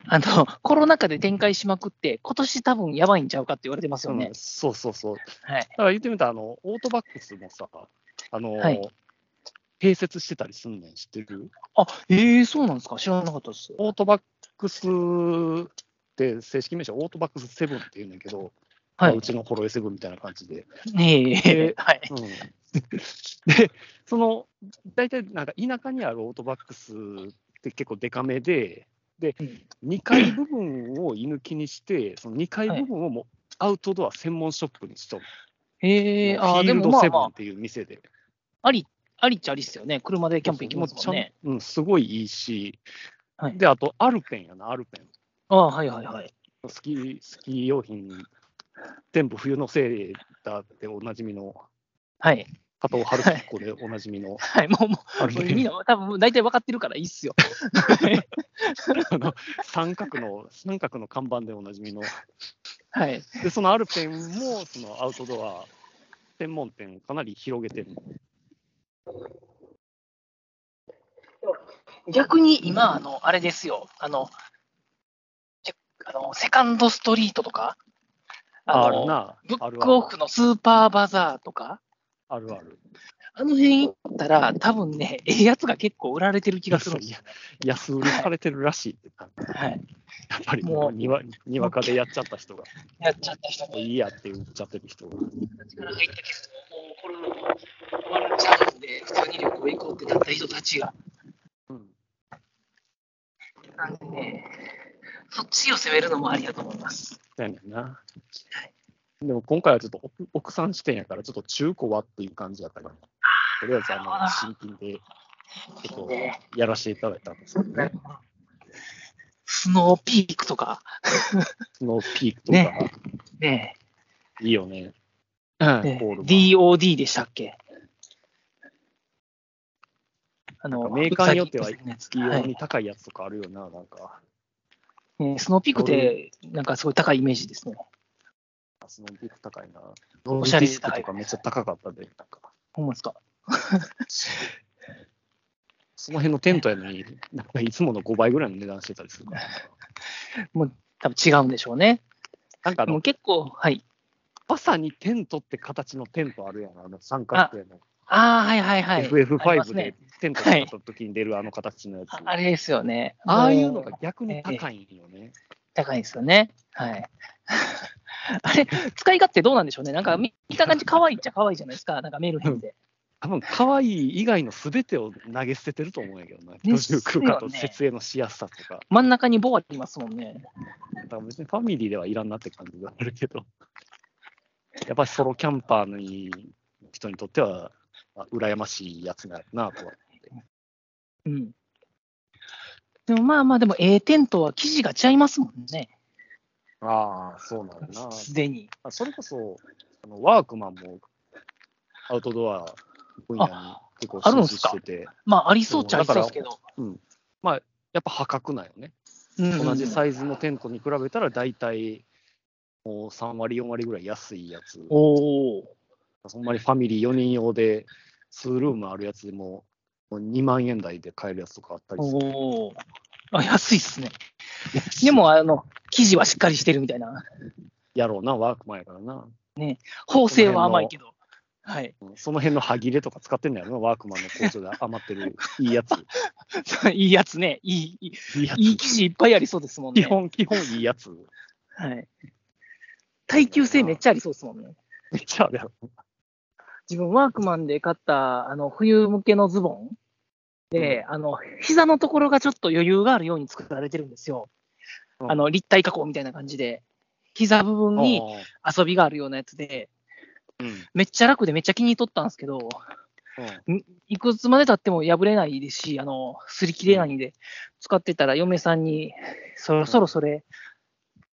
Speaker 3: あの、コロナ禍で展開しまくって、今年多分やばいんちゃうかって言われてますよね
Speaker 2: うん。そうそうそう。
Speaker 3: はい。
Speaker 2: だから言ってみたら、あの、オートバックスもさ、あの、
Speaker 3: はい
Speaker 2: 併設してたりすんねん、知ってる
Speaker 3: あ、ええそうなんですか知らなかったです。
Speaker 2: オートバックスって正式名称、オートバックス7って言うねんけど、
Speaker 3: は
Speaker 2: まあ。
Speaker 3: いう
Speaker 2: ちのホロエセブンみたいな感じで。
Speaker 3: ええはい。
Speaker 2: うん [LAUGHS] で、その、大体なんか田舎にあるオートバックスって結構デカめで、で
Speaker 3: うん、
Speaker 2: 2階部分を居抜きにして、その2階
Speaker 3: はい
Speaker 2: 部分をもうアウトドア専門ショップにしとる。
Speaker 3: ええ
Speaker 2: もう
Speaker 3: あー
Speaker 2: フィ
Speaker 3: で
Speaker 2: ール
Speaker 3: も
Speaker 2: ド
Speaker 3: まあ
Speaker 2: セブン
Speaker 3: ま
Speaker 2: っていう店で。
Speaker 3: あ、あり、ありっちゃありっすよね。車でキャンプ行きますもんね。
Speaker 2: うん、すごいいいし、
Speaker 3: はい
Speaker 2: で、あと、アルペンやな、アルペン。
Speaker 3: ああ、はいはいはい。
Speaker 2: スキー、スキー用品、全部冬のせいだっておなじみの、
Speaker 3: はい。
Speaker 2: 加藤春彦でおなじみの、
Speaker 3: はい、 [LAUGHS] もう、も
Speaker 2: あ
Speaker 3: う、
Speaker 2: れ
Speaker 3: もうみんな、多分もう大体分かってるからいいっすよ。
Speaker 2: あの三角の、三角の看板でおなじみの、
Speaker 3: はい。
Speaker 2: で、そのアルペンも、そのアウトドア専門店、かなり広げてる。
Speaker 3: 逆に今、あの、あれですよ。あの、チェあのセカンドストリートとか、
Speaker 2: あ
Speaker 3: あ
Speaker 2: る
Speaker 3: の、
Speaker 2: な、
Speaker 3: ブ
Speaker 2: あ
Speaker 3: ッ
Speaker 2: る
Speaker 3: クオフのスーパーバザーとか、
Speaker 2: あるある。
Speaker 3: あの辺行ったら、多分ね、ええやつが結構売られてる気がするんですよね。
Speaker 2: 安売りされてるらしいって、や
Speaker 3: はい。
Speaker 2: っぱり
Speaker 3: も
Speaker 2: も
Speaker 3: う
Speaker 2: うにわにわかでやっちゃった人が、
Speaker 3: やっちゃった人も
Speaker 2: もういいやって言っちゃってる人が。
Speaker 3: 力入ったけど、もうこれはもう終わるチャンスで、普通に旅行行こうってなった人たちが。
Speaker 2: うん
Speaker 3: なんでね、そっちを攻めるのもありだと思います。
Speaker 2: だよねんな。でも今回はちょっと奥奥さん視点やから、ちょっと中古はっていう感じだったから、とりあえずあ
Speaker 3: なるほど
Speaker 2: の新品でちょっ
Speaker 3: ね
Speaker 2: とやらせていただいたんですけどね、
Speaker 3: スノーピークとか、
Speaker 2: スノーピークとか、
Speaker 3: ねね
Speaker 2: いいよね。
Speaker 3: ね
Speaker 2: コールマン
Speaker 3: DOD でしたっけあ
Speaker 2: なん
Speaker 3: の
Speaker 2: かメーカーによっては
Speaker 3: うさぎのやつ
Speaker 2: 異
Speaker 3: は
Speaker 2: 様
Speaker 3: い
Speaker 2: に高いやつとかあるよな、なんか、
Speaker 3: ねスノーピークって、なんかすごい高いイメージですね。
Speaker 2: スノーピーク高いな。
Speaker 3: お
Speaker 2: お
Speaker 3: しゃれ
Speaker 2: ディ
Speaker 3: し
Speaker 2: ス
Speaker 3: た
Speaker 2: ク
Speaker 3: い
Speaker 2: とかめっちゃ高かったで、なんか。
Speaker 3: ほんまですか
Speaker 2: その辺のテントやのに、なんかいつもの5倍ぐらいの値段してたりするから。
Speaker 3: 多分違うんでしょうね。
Speaker 2: なんかあ
Speaker 3: でも
Speaker 2: の、
Speaker 3: 結構、はい。
Speaker 2: まさにテントって形のテントあるやん、あの三角形の。
Speaker 3: ああ、はいはいはい。あります
Speaker 2: FF5
Speaker 3: ね
Speaker 2: でテント買った時に出るあの形のやつ。
Speaker 3: ああれですよね。
Speaker 2: ああいうのが逆に高いんよね。
Speaker 3: 高いですよね。はい。 [LAUGHS] あれ、使い勝手どうなんでしょうね。なんか見見た感じ、可愛いっちゃ可愛いじゃないですか。なんかメルヘンで。
Speaker 2: 多分可愛い以外の全てを投げ捨ててると思うんやけどな、居住空間と設営のしやすさとか、
Speaker 3: 真ん中に棒ありますもんね。
Speaker 2: だから別にファミリーではいらんなって感じがあるけど、やっぱりソロキャンパーの人にとっては、まあ羨ましいやつだなとは。
Speaker 3: うん。でもまあまあ、でも、A テントは生地が違いますもんね。
Speaker 2: ああ、そうなんだな。
Speaker 3: すでに。
Speaker 2: あそれこそあの、ワークマンもアウトドア分野に結構
Speaker 3: ああるん
Speaker 2: 進
Speaker 3: す
Speaker 2: 出
Speaker 3: か
Speaker 2: してて、
Speaker 3: まあ、ありそうっちゃありそうですけど。
Speaker 2: やっぱ破格なんよね。
Speaker 3: うん
Speaker 2: 同じサイズのテントに比べたら、大体もう3割、4割ぐらい安いやつ。
Speaker 3: おお。
Speaker 2: ほんまにファミリー4人用で、2ルームあるやつでも、もう2万円台で買えるやつとかあったりする。
Speaker 3: おお。あ、安いっすね。でも、あの、生地はしっかりしてるみたいな。
Speaker 2: やろうな、ワークマンやからな。
Speaker 3: 縫製は甘いけど。はい。 [LAUGHS]
Speaker 2: うんその辺の歯切れとか使ってんだよな、ワークマンの工場で余ってるいいやつ。
Speaker 3: いいやつね。いい、い
Speaker 2: いいやつ
Speaker 3: い、いい生地いっぱいありそうですもんね。
Speaker 2: 基本、基本いいやつ。
Speaker 3: はい。耐久性めっちゃありそうですもんね。
Speaker 2: めっちゃあるやろ。
Speaker 3: 自分、ワークマンで買った、あの、冬向けのズボンで、あの、膝のところがちょっと余裕があるように作られてるんですよ。
Speaker 2: うん
Speaker 3: あの、立体加工みたいな感じで。膝部分に
Speaker 2: ああ
Speaker 3: 遊びがあるようなやつで、
Speaker 2: うん
Speaker 3: めっちゃ楽でめっちゃ気に入っとったんですけど、
Speaker 2: うん
Speaker 3: いくつまで経っても破れないですし、あの、擦り切れないんで、使ってたら嫁さんに、そろそろそれ、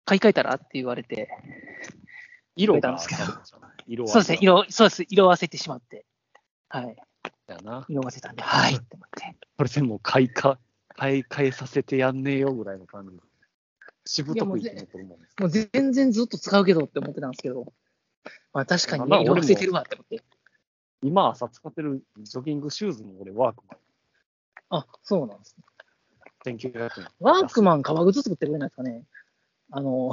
Speaker 3: 買い替えたらって言われて、
Speaker 2: 色
Speaker 3: たん
Speaker 2: が
Speaker 3: ですけど
Speaker 2: 色は
Speaker 3: そうですね、色、そうです、色あせてしまって、はい、
Speaker 2: だよな。
Speaker 3: 色あせたんで、はい、って思って。
Speaker 2: これでも買いか、買い替えさせてやんねえよぐらいの感じ。しぶとくいき残るもんです。
Speaker 3: もう全然ずっと使うけどって思ってたんですけど、まあ確かに
Speaker 2: まあ
Speaker 3: ね、
Speaker 2: まあ
Speaker 3: 色あせてるわって思って。
Speaker 2: 今朝使ってるジョギングシューズも俺ワークマン。
Speaker 3: あ、そうなんですね。
Speaker 2: 1900円。
Speaker 3: ワークマン革靴作ってるじゃないですかね。あの、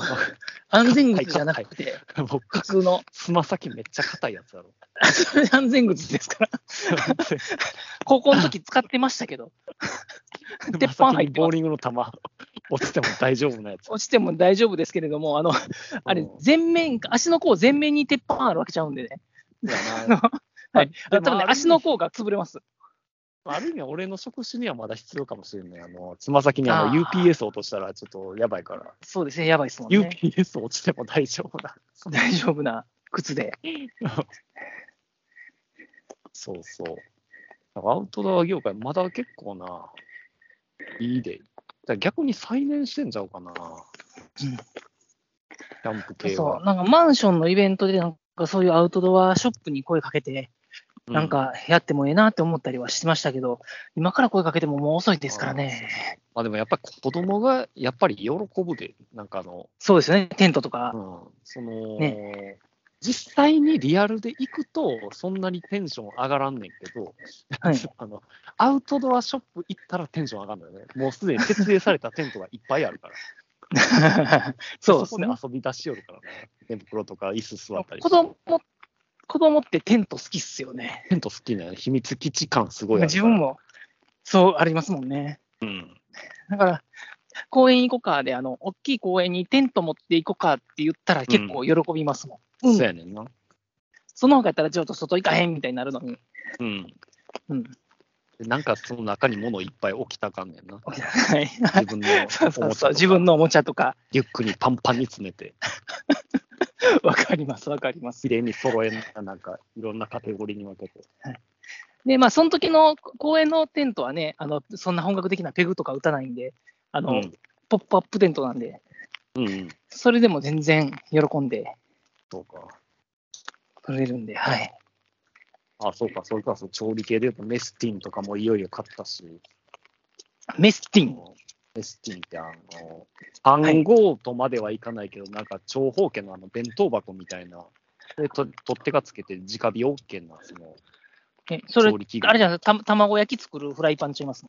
Speaker 3: 安全靴じゃなくて、
Speaker 2: もう
Speaker 3: 普通の、 [LAUGHS]
Speaker 2: つま先めっちゃ硬いやつやろ。
Speaker 3: それ安全靴ですから。高校の時使ってましたけど、鉄板入ってます
Speaker 2: つま先にボーリングの球落ちても大丈夫なやつ。
Speaker 3: 落ちても大丈夫ですけれども、あの、 [LAUGHS] あれ、全面、足の甲全面に鉄板あるわけちゃうんでね。
Speaker 2: や
Speaker 3: あの
Speaker 2: な。
Speaker 3: はい。
Speaker 2: で
Speaker 3: 多
Speaker 2: も
Speaker 3: 分
Speaker 2: ある意
Speaker 3: ね、
Speaker 2: 味
Speaker 3: 足の甲が潰れます。
Speaker 2: ある意味俺の職種にはまだ必要かもしれない。あの、つま先にあ
Speaker 3: あ
Speaker 2: の
Speaker 3: ー
Speaker 2: UPS 落としたらちょっとやばいから。
Speaker 3: そうですね、やばいですもんね。
Speaker 2: UPS 落ちても大丈夫だ。
Speaker 3: 大丈夫な靴で。
Speaker 2: そうそう。だからアウトドア業界、まだ結構な、いいで。だから逆に再燃してんちゃうかな。キャンプ系
Speaker 3: そう、
Speaker 2: は。
Speaker 3: なんかマンションのイベントで、なんかそういうアウトドアショップに声かけて、なんか部屋ってもええなって思ったりはしてましたけど、今から声かけてももう遅いですからね。
Speaker 2: まあでもやっぱり子供がやっぱり喜ぶで、なんかあの、
Speaker 3: そうですよね、テントとか
Speaker 2: う。ん、その、実際にリアルで行くと、そんなにテンション上がらんねんけど、
Speaker 3: はい。
Speaker 2: [LAUGHS] あのアウトドアショップ行ったらテンション上がるんだよね。もうすでに設営されたテントがいっぱいあるから。
Speaker 3: そうです
Speaker 2: こで
Speaker 3: ね。
Speaker 2: 遊び出しよるからね。寝袋とか椅子座ったり。
Speaker 3: 子供、子供ってテント好きっすよね。
Speaker 2: テント好きね。秘密基地感すごいあるから
Speaker 3: 自分。もそうありますもんね。
Speaker 2: うん。
Speaker 3: だから、公園行こうかで、あの、大きい公園にテント持って行こうかって言ったら結構喜びますもん。うん
Speaker 2: そうやねんな。
Speaker 3: その方がやったらちょっと外行かへんみたいになるのに。
Speaker 2: うん。
Speaker 3: うん。
Speaker 2: でなんかその中に物いっぱい置きたかんねんな。
Speaker 3: はい。
Speaker 2: 自分の
Speaker 3: [LAUGHS] そうそうそ
Speaker 2: お
Speaker 3: う。
Speaker 2: もちゃとか
Speaker 3: 自分のおもちゃとか。
Speaker 2: リュックにパンパンに詰めて、
Speaker 3: わかります、わかります
Speaker 2: 綺。麗に揃えな、なんかいろんなカテゴリーに分けて。
Speaker 3: で、まあ、その時の公園のテントはね、あの、そんな本格的なペグとか打たないんで、あ
Speaker 2: う
Speaker 3: の、
Speaker 2: ん。
Speaker 3: ポップアップテントなんで、
Speaker 2: うんうん。
Speaker 3: それでも全然喜んで
Speaker 2: そうか。
Speaker 3: 取れるんで、はい。
Speaker 2: あ、そうか、それからその調理系で言うとメスティンとかもいよいよ買ったし、
Speaker 3: メスティン。
Speaker 2: メスティンってあの、暗号とまではいかないけど、なんか長方形のあの弁当箱みたいな、でと取っ手がつけて直火 OK な、その、
Speaker 3: え、それ
Speaker 2: 調理器、具
Speaker 3: あれじゃないた卵焼き作るフライパンちゃいます
Speaker 2: い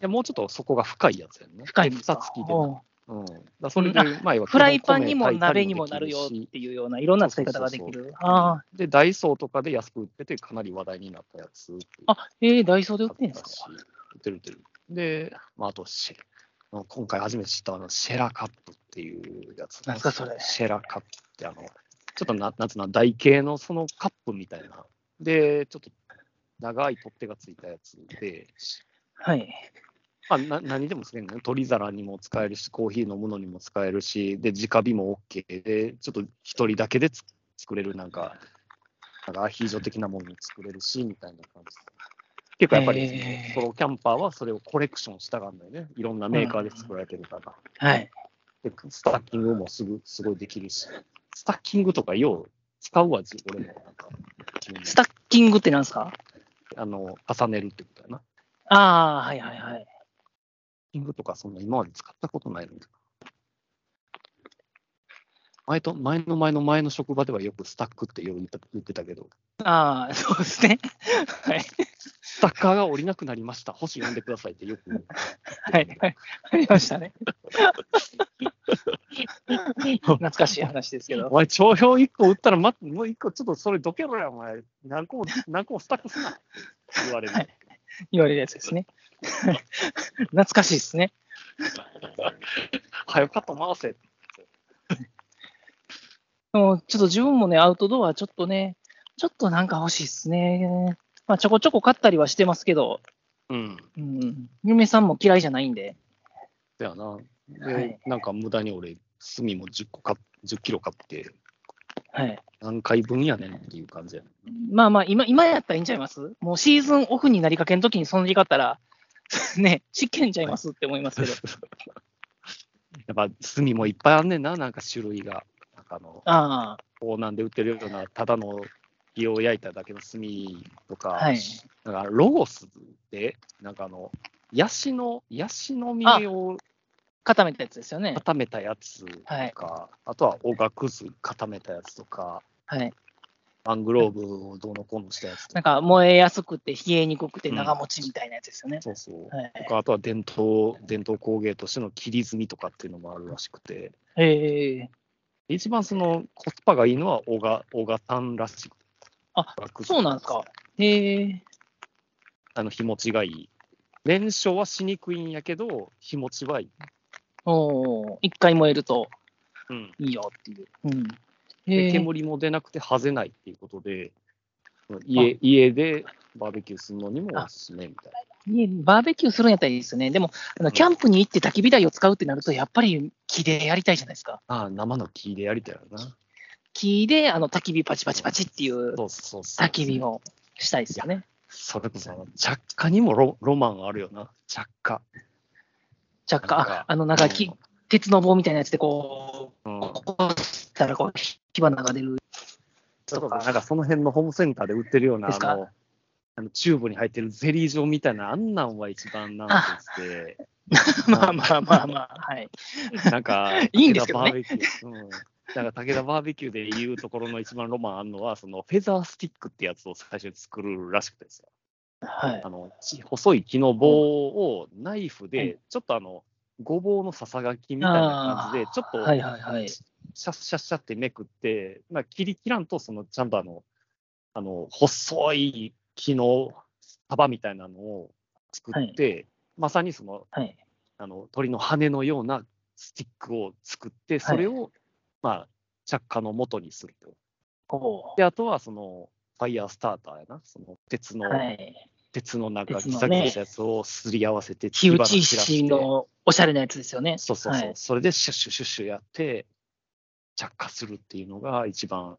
Speaker 2: やもうちょっとそこが深いやつやんね。
Speaker 3: 深いん
Speaker 2: で
Speaker 3: ですか
Speaker 2: 蓋付きでな。
Speaker 3: おう
Speaker 2: うん。だからそれで前は
Speaker 3: フライパンにも
Speaker 2: 米炊いた
Speaker 3: 鍋
Speaker 2: り
Speaker 3: にもなる
Speaker 2: で
Speaker 3: よ
Speaker 2: きし
Speaker 3: っていうような、いろんな使い方がで
Speaker 2: そ
Speaker 3: き
Speaker 2: うそ
Speaker 3: る。あ
Speaker 2: で、ダイソーとかで安く売ってて、かなり話題になったやつ。
Speaker 3: あ、あ、えー、ダイソーで売ってん
Speaker 2: 買
Speaker 3: す
Speaker 2: っ
Speaker 3: か
Speaker 2: たし売ってる売ってる。で、まあ、あとシェ、あの今回初めて知ったあのシェラカップっていうやつ。
Speaker 3: なんすかそれ
Speaker 2: シェラカップって、あの、ちょっとな、なんつうの、台形のそのカップみたいな。で、ちょっと長い取っ手がついたやつで、
Speaker 3: はい。
Speaker 2: まあ、な何でもするんね。取り皿にも使えるし、コーヒー飲むのにも使えるし、で、直火も OK で、ちょっと一人だけでつ作れるなんか、なんかアヒージョ的なものも作れるし、みたいな感じ。結構やっぱり、
Speaker 3: へー
Speaker 2: ソロキャンパーはそれをコレクションしたがるんだよね。いろんなメーカーで作られてるから。
Speaker 3: はい。
Speaker 2: でスタッキングもすぐ、すごいできるし。スタッキングとかよう使うわ、自俺もなんか。
Speaker 3: スタッキングってなんですか
Speaker 2: あの、重ねるってことやな。スタ
Speaker 3: ああ、はいはいはい。
Speaker 2: ッキングとかそんな今まで使ったことないのに前と、前の前の前の職場ではよくスタックってよう言った言ってたけど、
Speaker 3: ああ、そうですね。はい。
Speaker 2: スタッカーが降りなくなりました。星呼んでくださいってよ
Speaker 3: [LAUGHS]
Speaker 2: く。
Speaker 3: はい。はい。ありましたね。懐かしい話ですけ
Speaker 2: お
Speaker 3: ど。
Speaker 2: 前、帳票1個打ったら、ま、もう1個、ちょっとそれどけろや、お前。何個も、何個もスタックすなって言われる。
Speaker 3: はい言われるやつですね。懐かしいですね。
Speaker 2: 早かった、回せ。
Speaker 3: でもちょっと自分もね、アウトドアちょっとね、ちょっとなんか欲しいですね。まあ、ちょこちょこ買ったりはしてますけど、
Speaker 2: うん。
Speaker 3: うん。嫁さんも嫌いじゃないんで。
Speaker 2: だよな。で、
Speaker 3: はい
Speaker 2: なんか無駄に俺、炭も10個買っ、10キロ買って、
Speaker 3: はい。
Speaker 2: 何回分やねんっていう感じやね
Speaker 3: まあまあ、今、今やったらいいんちゃいますもうシーズンオフになりかけの時にその時買ったら、 [LAUGHS] ね、失敬んちゃいますって思い [LAUGHS] ますけど。
Speaker 2: やっぱ炭もいっぱいあんねんな、なんか種類が。なんかあの、
Speaker 3: あ
Speaker 2: 港南で売ってるような、ただの火を焼いただけの炭とか、
Speaker 3: あ、はい。
Speaker 2: なんかロゴスで、なんかあの、ヤシの、ヤシの実を
Speaker 3: 固めたやつですよね。
Speaker 2: 固めたやつとか、
Speaker 3: はい
Speaker 2: あとはおがくず固めたやつとか、
Speaker 3: はい。
Speaker 2: マングローブをどうのこうのしたやつと
Speaker 3: なん
Speaker 2: か、
Speaker 3: か燃えやすくて、冷えにくくて、長持ちみたいなやつですよね。
Speaker 2: そうそう。
Speaker 3: はい。
Speaker 2: とかあとは伝統伝統工芸としての切り積みとかっていうのもあるらしくて、
Speaker 3: ええ
Speaker 2: 一番そのコスパがいいのは小賀小賀炭らしくて。
Speaker 3: あそうなんですか。ええ
Speaker 2: あの日持ちがいい。燃焼はしにくいんやけど、日持ちはいい。
Speaker 3: おお、一回燃えると
Speaker 2: うん、
Speaker 3: いいよっていう。うん。
Speaker 2: で
Speaker 3: ええ
Speaker 2: 煙も出なくて、はぜないっていうことで、家家でバーベキューするのにもおすすめみたいな。
Speaker 3: いいバーベキューするんやったらいいですよね。でも、あのキャンプに行って焚き火台を使うってなると、やっぱり木でやりたいじゃないですか。
Speaker 2: ああ、生の木でやりたいよな。
Speaker 3: 木であの焚き火パチパチパチっていう
Speaker 2: そうそうそう。
Speaker 3: 焚き火。をしたいですよね。
Speaker 2: それこそ、着火にもロロマンあるよな。着火。
Speaker 3: 若干、
Speaker 2: なんか
Speaker 3: ああの、なんか木、鉄の棒みたいなやつでこ
Speaker 2: う
Speaker 3: う、
Speaker 2: ん
Speaker 3: ここしたらこう、火花が出る。
Speaker 2: ちょっ
Speaker 3: と
Speaker 2: と
Speaker 3: か
Speaker 2: なんかその辺のホームセンターで売ってるような、
Speaker 3: ですか
Speaker 2: あの、あのチューブに入ってるゼリー状みたいな、あんなんは一番なんとして、
Speaker 3: [LAUGHS] まあまあまあまあ、はい。
Speaker 2: なんか、
Speaker 3: いいんですけどね
Speaker 2: 武田バーベキュー。うんなんか武田バーベキューで言うところの一番ロマンあるのは、そのフェザースティックってやつを最初に作るらしくてですよ。
Speaker 3: はい
Speaker 2: あ。のち細い木の棒をナイフで、ちょっとあの、ごぼうのささがきみたいな感じで、ちょっと
Speaker 3: はいはいはい。
Speaker 2: シャッシャッシャッってめくって、まあ、切り切らんと、そのちゃんとあの、あの、細い木の束みたいなのを作って、まさにその、
Speaker 3: はい。
Speaker 2: あの鳥の羽のようなスティックを作って、それを、まあ、着火の元にすると。
Speaker 3: ほ
Speaker 2: で、あとはその、ファイヤースターターやな、その鉄
Speaker 3: う。
Speaker 2: の、
Speaker 3: はい。
Speaker 2: 鉄のなんか
Speaker 3: 鉄
Speaker 2: ギ
Speaker 3: のね
Speaker 2: ザギザしたやつをすり合わせて、
Speaker 3: 火
Speaker 2: 火
Speaker 3: 打
Speaker 2: 花
Speaker 3: ち
Speaker 2: 散らして
Speaker 3: 石のおしゃれなやつですよね。
Speaker 2: そうそうそう、
Speaker 3: はい
Speaker 2: それでシュッシュシュッシュやって、着火するっていうのが一番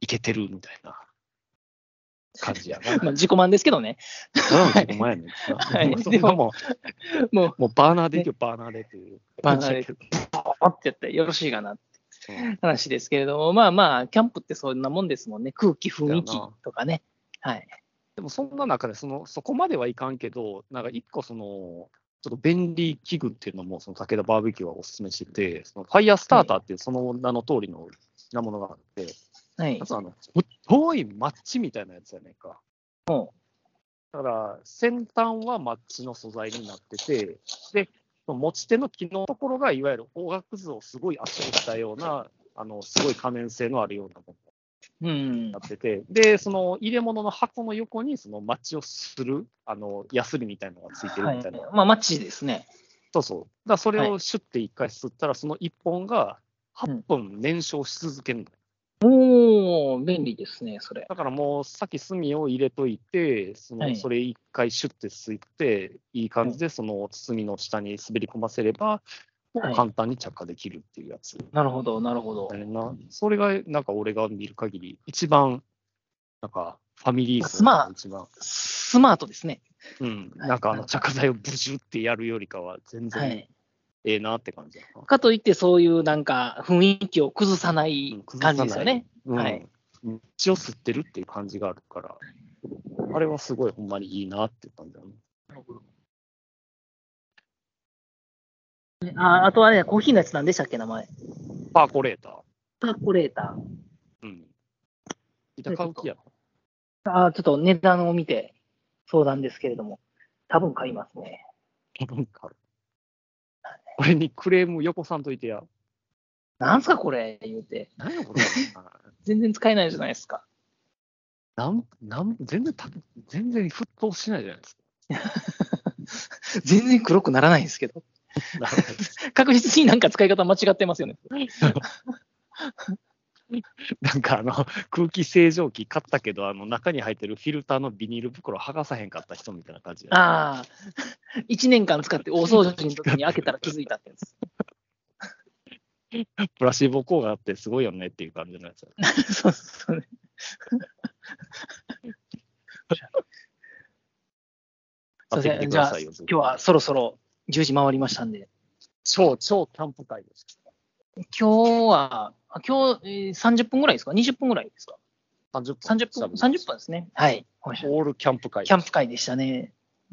Speaker 2: いけてるみたいな感じやな。
Speaker 3: まあ、自己満ですけどね。
Speaker 2: なんで前やねんな。
Speaker 3: はい
Speaker 2: [LAUGHS] もうそんなも
Speaker 3: もう、
Speaker 2: う、もうバーナーでいいよ、バーナーでっていう。
Speaker 3: バーナーでポッてやってよろしいかなって
Speaker 2: うん
Speaker 3: 話ですけれども、まあまあ、キャンプってそんなもんですもんね。空気、雰囲気とかね。はい。
Speaker 2: でもそんな中でその、そこまではいかんけど、なんか一個その、ちょっと便利器具っていうのも、その武田バーベキューはおすすめしてて、そのファイヤースターターっていうその名の通りのなものがあって、
Speaker 3: はい
Speaker 2: あ。とあの、太いマッチみたいなやつやねんか。だから、先端はマッチの素材になってて、で、その持ち手の木のところが、いわゆる方角図をすごい圧縮したような、あの、すごい可燃性のあるようなものに
Speaker 3: うん
Speaker 2: な。ってて、で、その入れ物の箱の横に、そのマッチをする、あの、ヤスリみたいなのがついてるみたいな。
Speaker 3: はい、まあ、マッチですね。
Speaker 2: そうそう。だからそれ
Speaker 3: は
Speaker 2: をシュッて一回吸ったら、その一本が8分燃焼し続けるの
Speaker 3: おー、便利ですね、それ。
Speaker 2: だからもう、さっき炭を入れといて、そ
Speaker 3: は
Speaker 2: の
Speaker 3: い
Speaker 2: それ一回シュッて吸って、いい感じでその包みの下に滑り込ませれば、も
Speaker 3: は
Speaker 2: う
Speaker 3: い
Speaker 2: 簡単に着火できるっていうやつ
Speaker 3: なるほど、なるほど
Speaker 2: だ。ねんな。それが、なんか俺が見る限り、一番、なんか、ファミリー層
Speaker 3: まあ
Speaker 2: が一番、
Speaker 3: スマートですね。
Speaker 2: うん、
Speaker 3: はい
Speaker 2: なんかあ
Speaker 3: な
Speaker 2: の
Speaker 3: んか
Speaker 2: 着火剤をブシュってやるよりかは、全
Speaker 3: は
Speaker 2: 然
Speaker 3: い。
Speaker 2: ええなって感じだな。
Speaker 3: かといって、そういうなんか雰囲気を崩さな
Speaker 2: う
Speaker 3: い
Speaker 2: ん崩
Speaker 3: 感じ
Speaker 2: さ
Speaker 3: ですよね。は
Speaker 2: ないい。うん。血を吸ってるっていう感じがあるから、あれはすごいほんまにいいなって感じだね。
Speaker 3: ああとあれ、コーヒーのやつなんでしたっけ、名前。
Speaker 2: パーコレーター。
Speaker 3: パーコレータ
Speaker 2: うん。板買う気やろ。
Speaker 3: ー。あーちょっと値段を見て相談ですけれども、多分買いますね。
Speaker 2: 多分買う。俺にクレームよこさんといてや。
Speaker 3: なんすか、これ、言うて。
Speaker 2: 何のことだろう
Speaker 3: 全然使えないじゃないですか。
Speaker 2: [LAUGHS] ななんなん全然た、全然沸騰しないじゃないですか。
Speaker 3: 全然黒くならないんですけど。確実になんか使い方間違ってますよね。
Speaker 2: [LAUGHS] なんかあの、空気清浄機買ったけど、あの中に入ってるフィルターのビニール袋剥がさへんかった人みたいな感じ。
Speaker 3: あ [LAUGHS] あ、1年間使って大掃除の時に開けたら気づいたってやつ。
Speaker 2: プラシーボ効果あってすごいよねっていう感じのやつ。
Speaker 3: そうそうね。すいま
Speaker 2: 買って
Speaker 3: せ
Speaker 2: きて
Speaker 3: ん
Speaker 2: く
Speaker 3: じゃ
Speaker 2: だ
Speaker 3: あ、
Speaker 2: さいよ
Speaker 3: 今日はそろそろ10時回りましたんで、
Speaker 2: 超、超キャンプ会です。
Speaker 3: 今日は、あ今日、えー30分ぐらいですか ?20 分ぐらいですか
Speaker 2: 30分。
Speaker 3: ?30 分 ?30 分ですね。はい。おっしゃる
Speaker 2: オールキャンプ会。
Speaker 3: キャンプ会でしたね。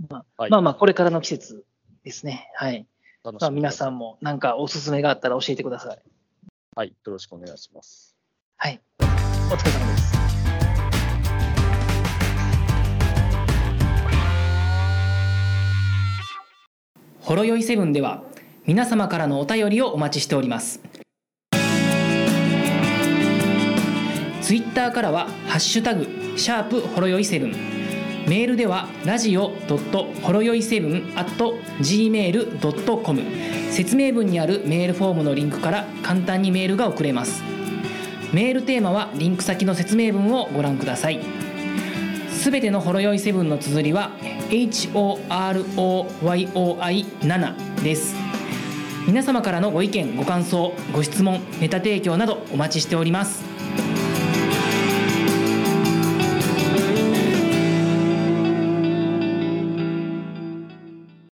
Speaker 2: はい
Speaker 3: まあまあ、これからの季節ですね。はい。
Speaker 2: 楽し
Speaker 3: まあ、
Speaker 2: みに
Speaker 3: 皆さんもなんかおすすめがあったら教えてください。
Speaker 2: はい、よろしくお願いします。
Speaker 3: はい。お疲れ様です。
Speaker 1: ほろよいセブンでは皆様からのお便りをお待ちしておりますツイッターからは「ハッシュタグシャープほろよいセブン」メールではラジオドットほろよいセブン at gmail.com 説明文にあるメールフォームのリンクから簡単にメールが送れますメールテーマはリンク先の説明文をご覧くださいすべてのほろ酔いセブンの綴りは HOROYOI7 です皆様からのご意見ご感想ご質問ネタ提供などお待ちしております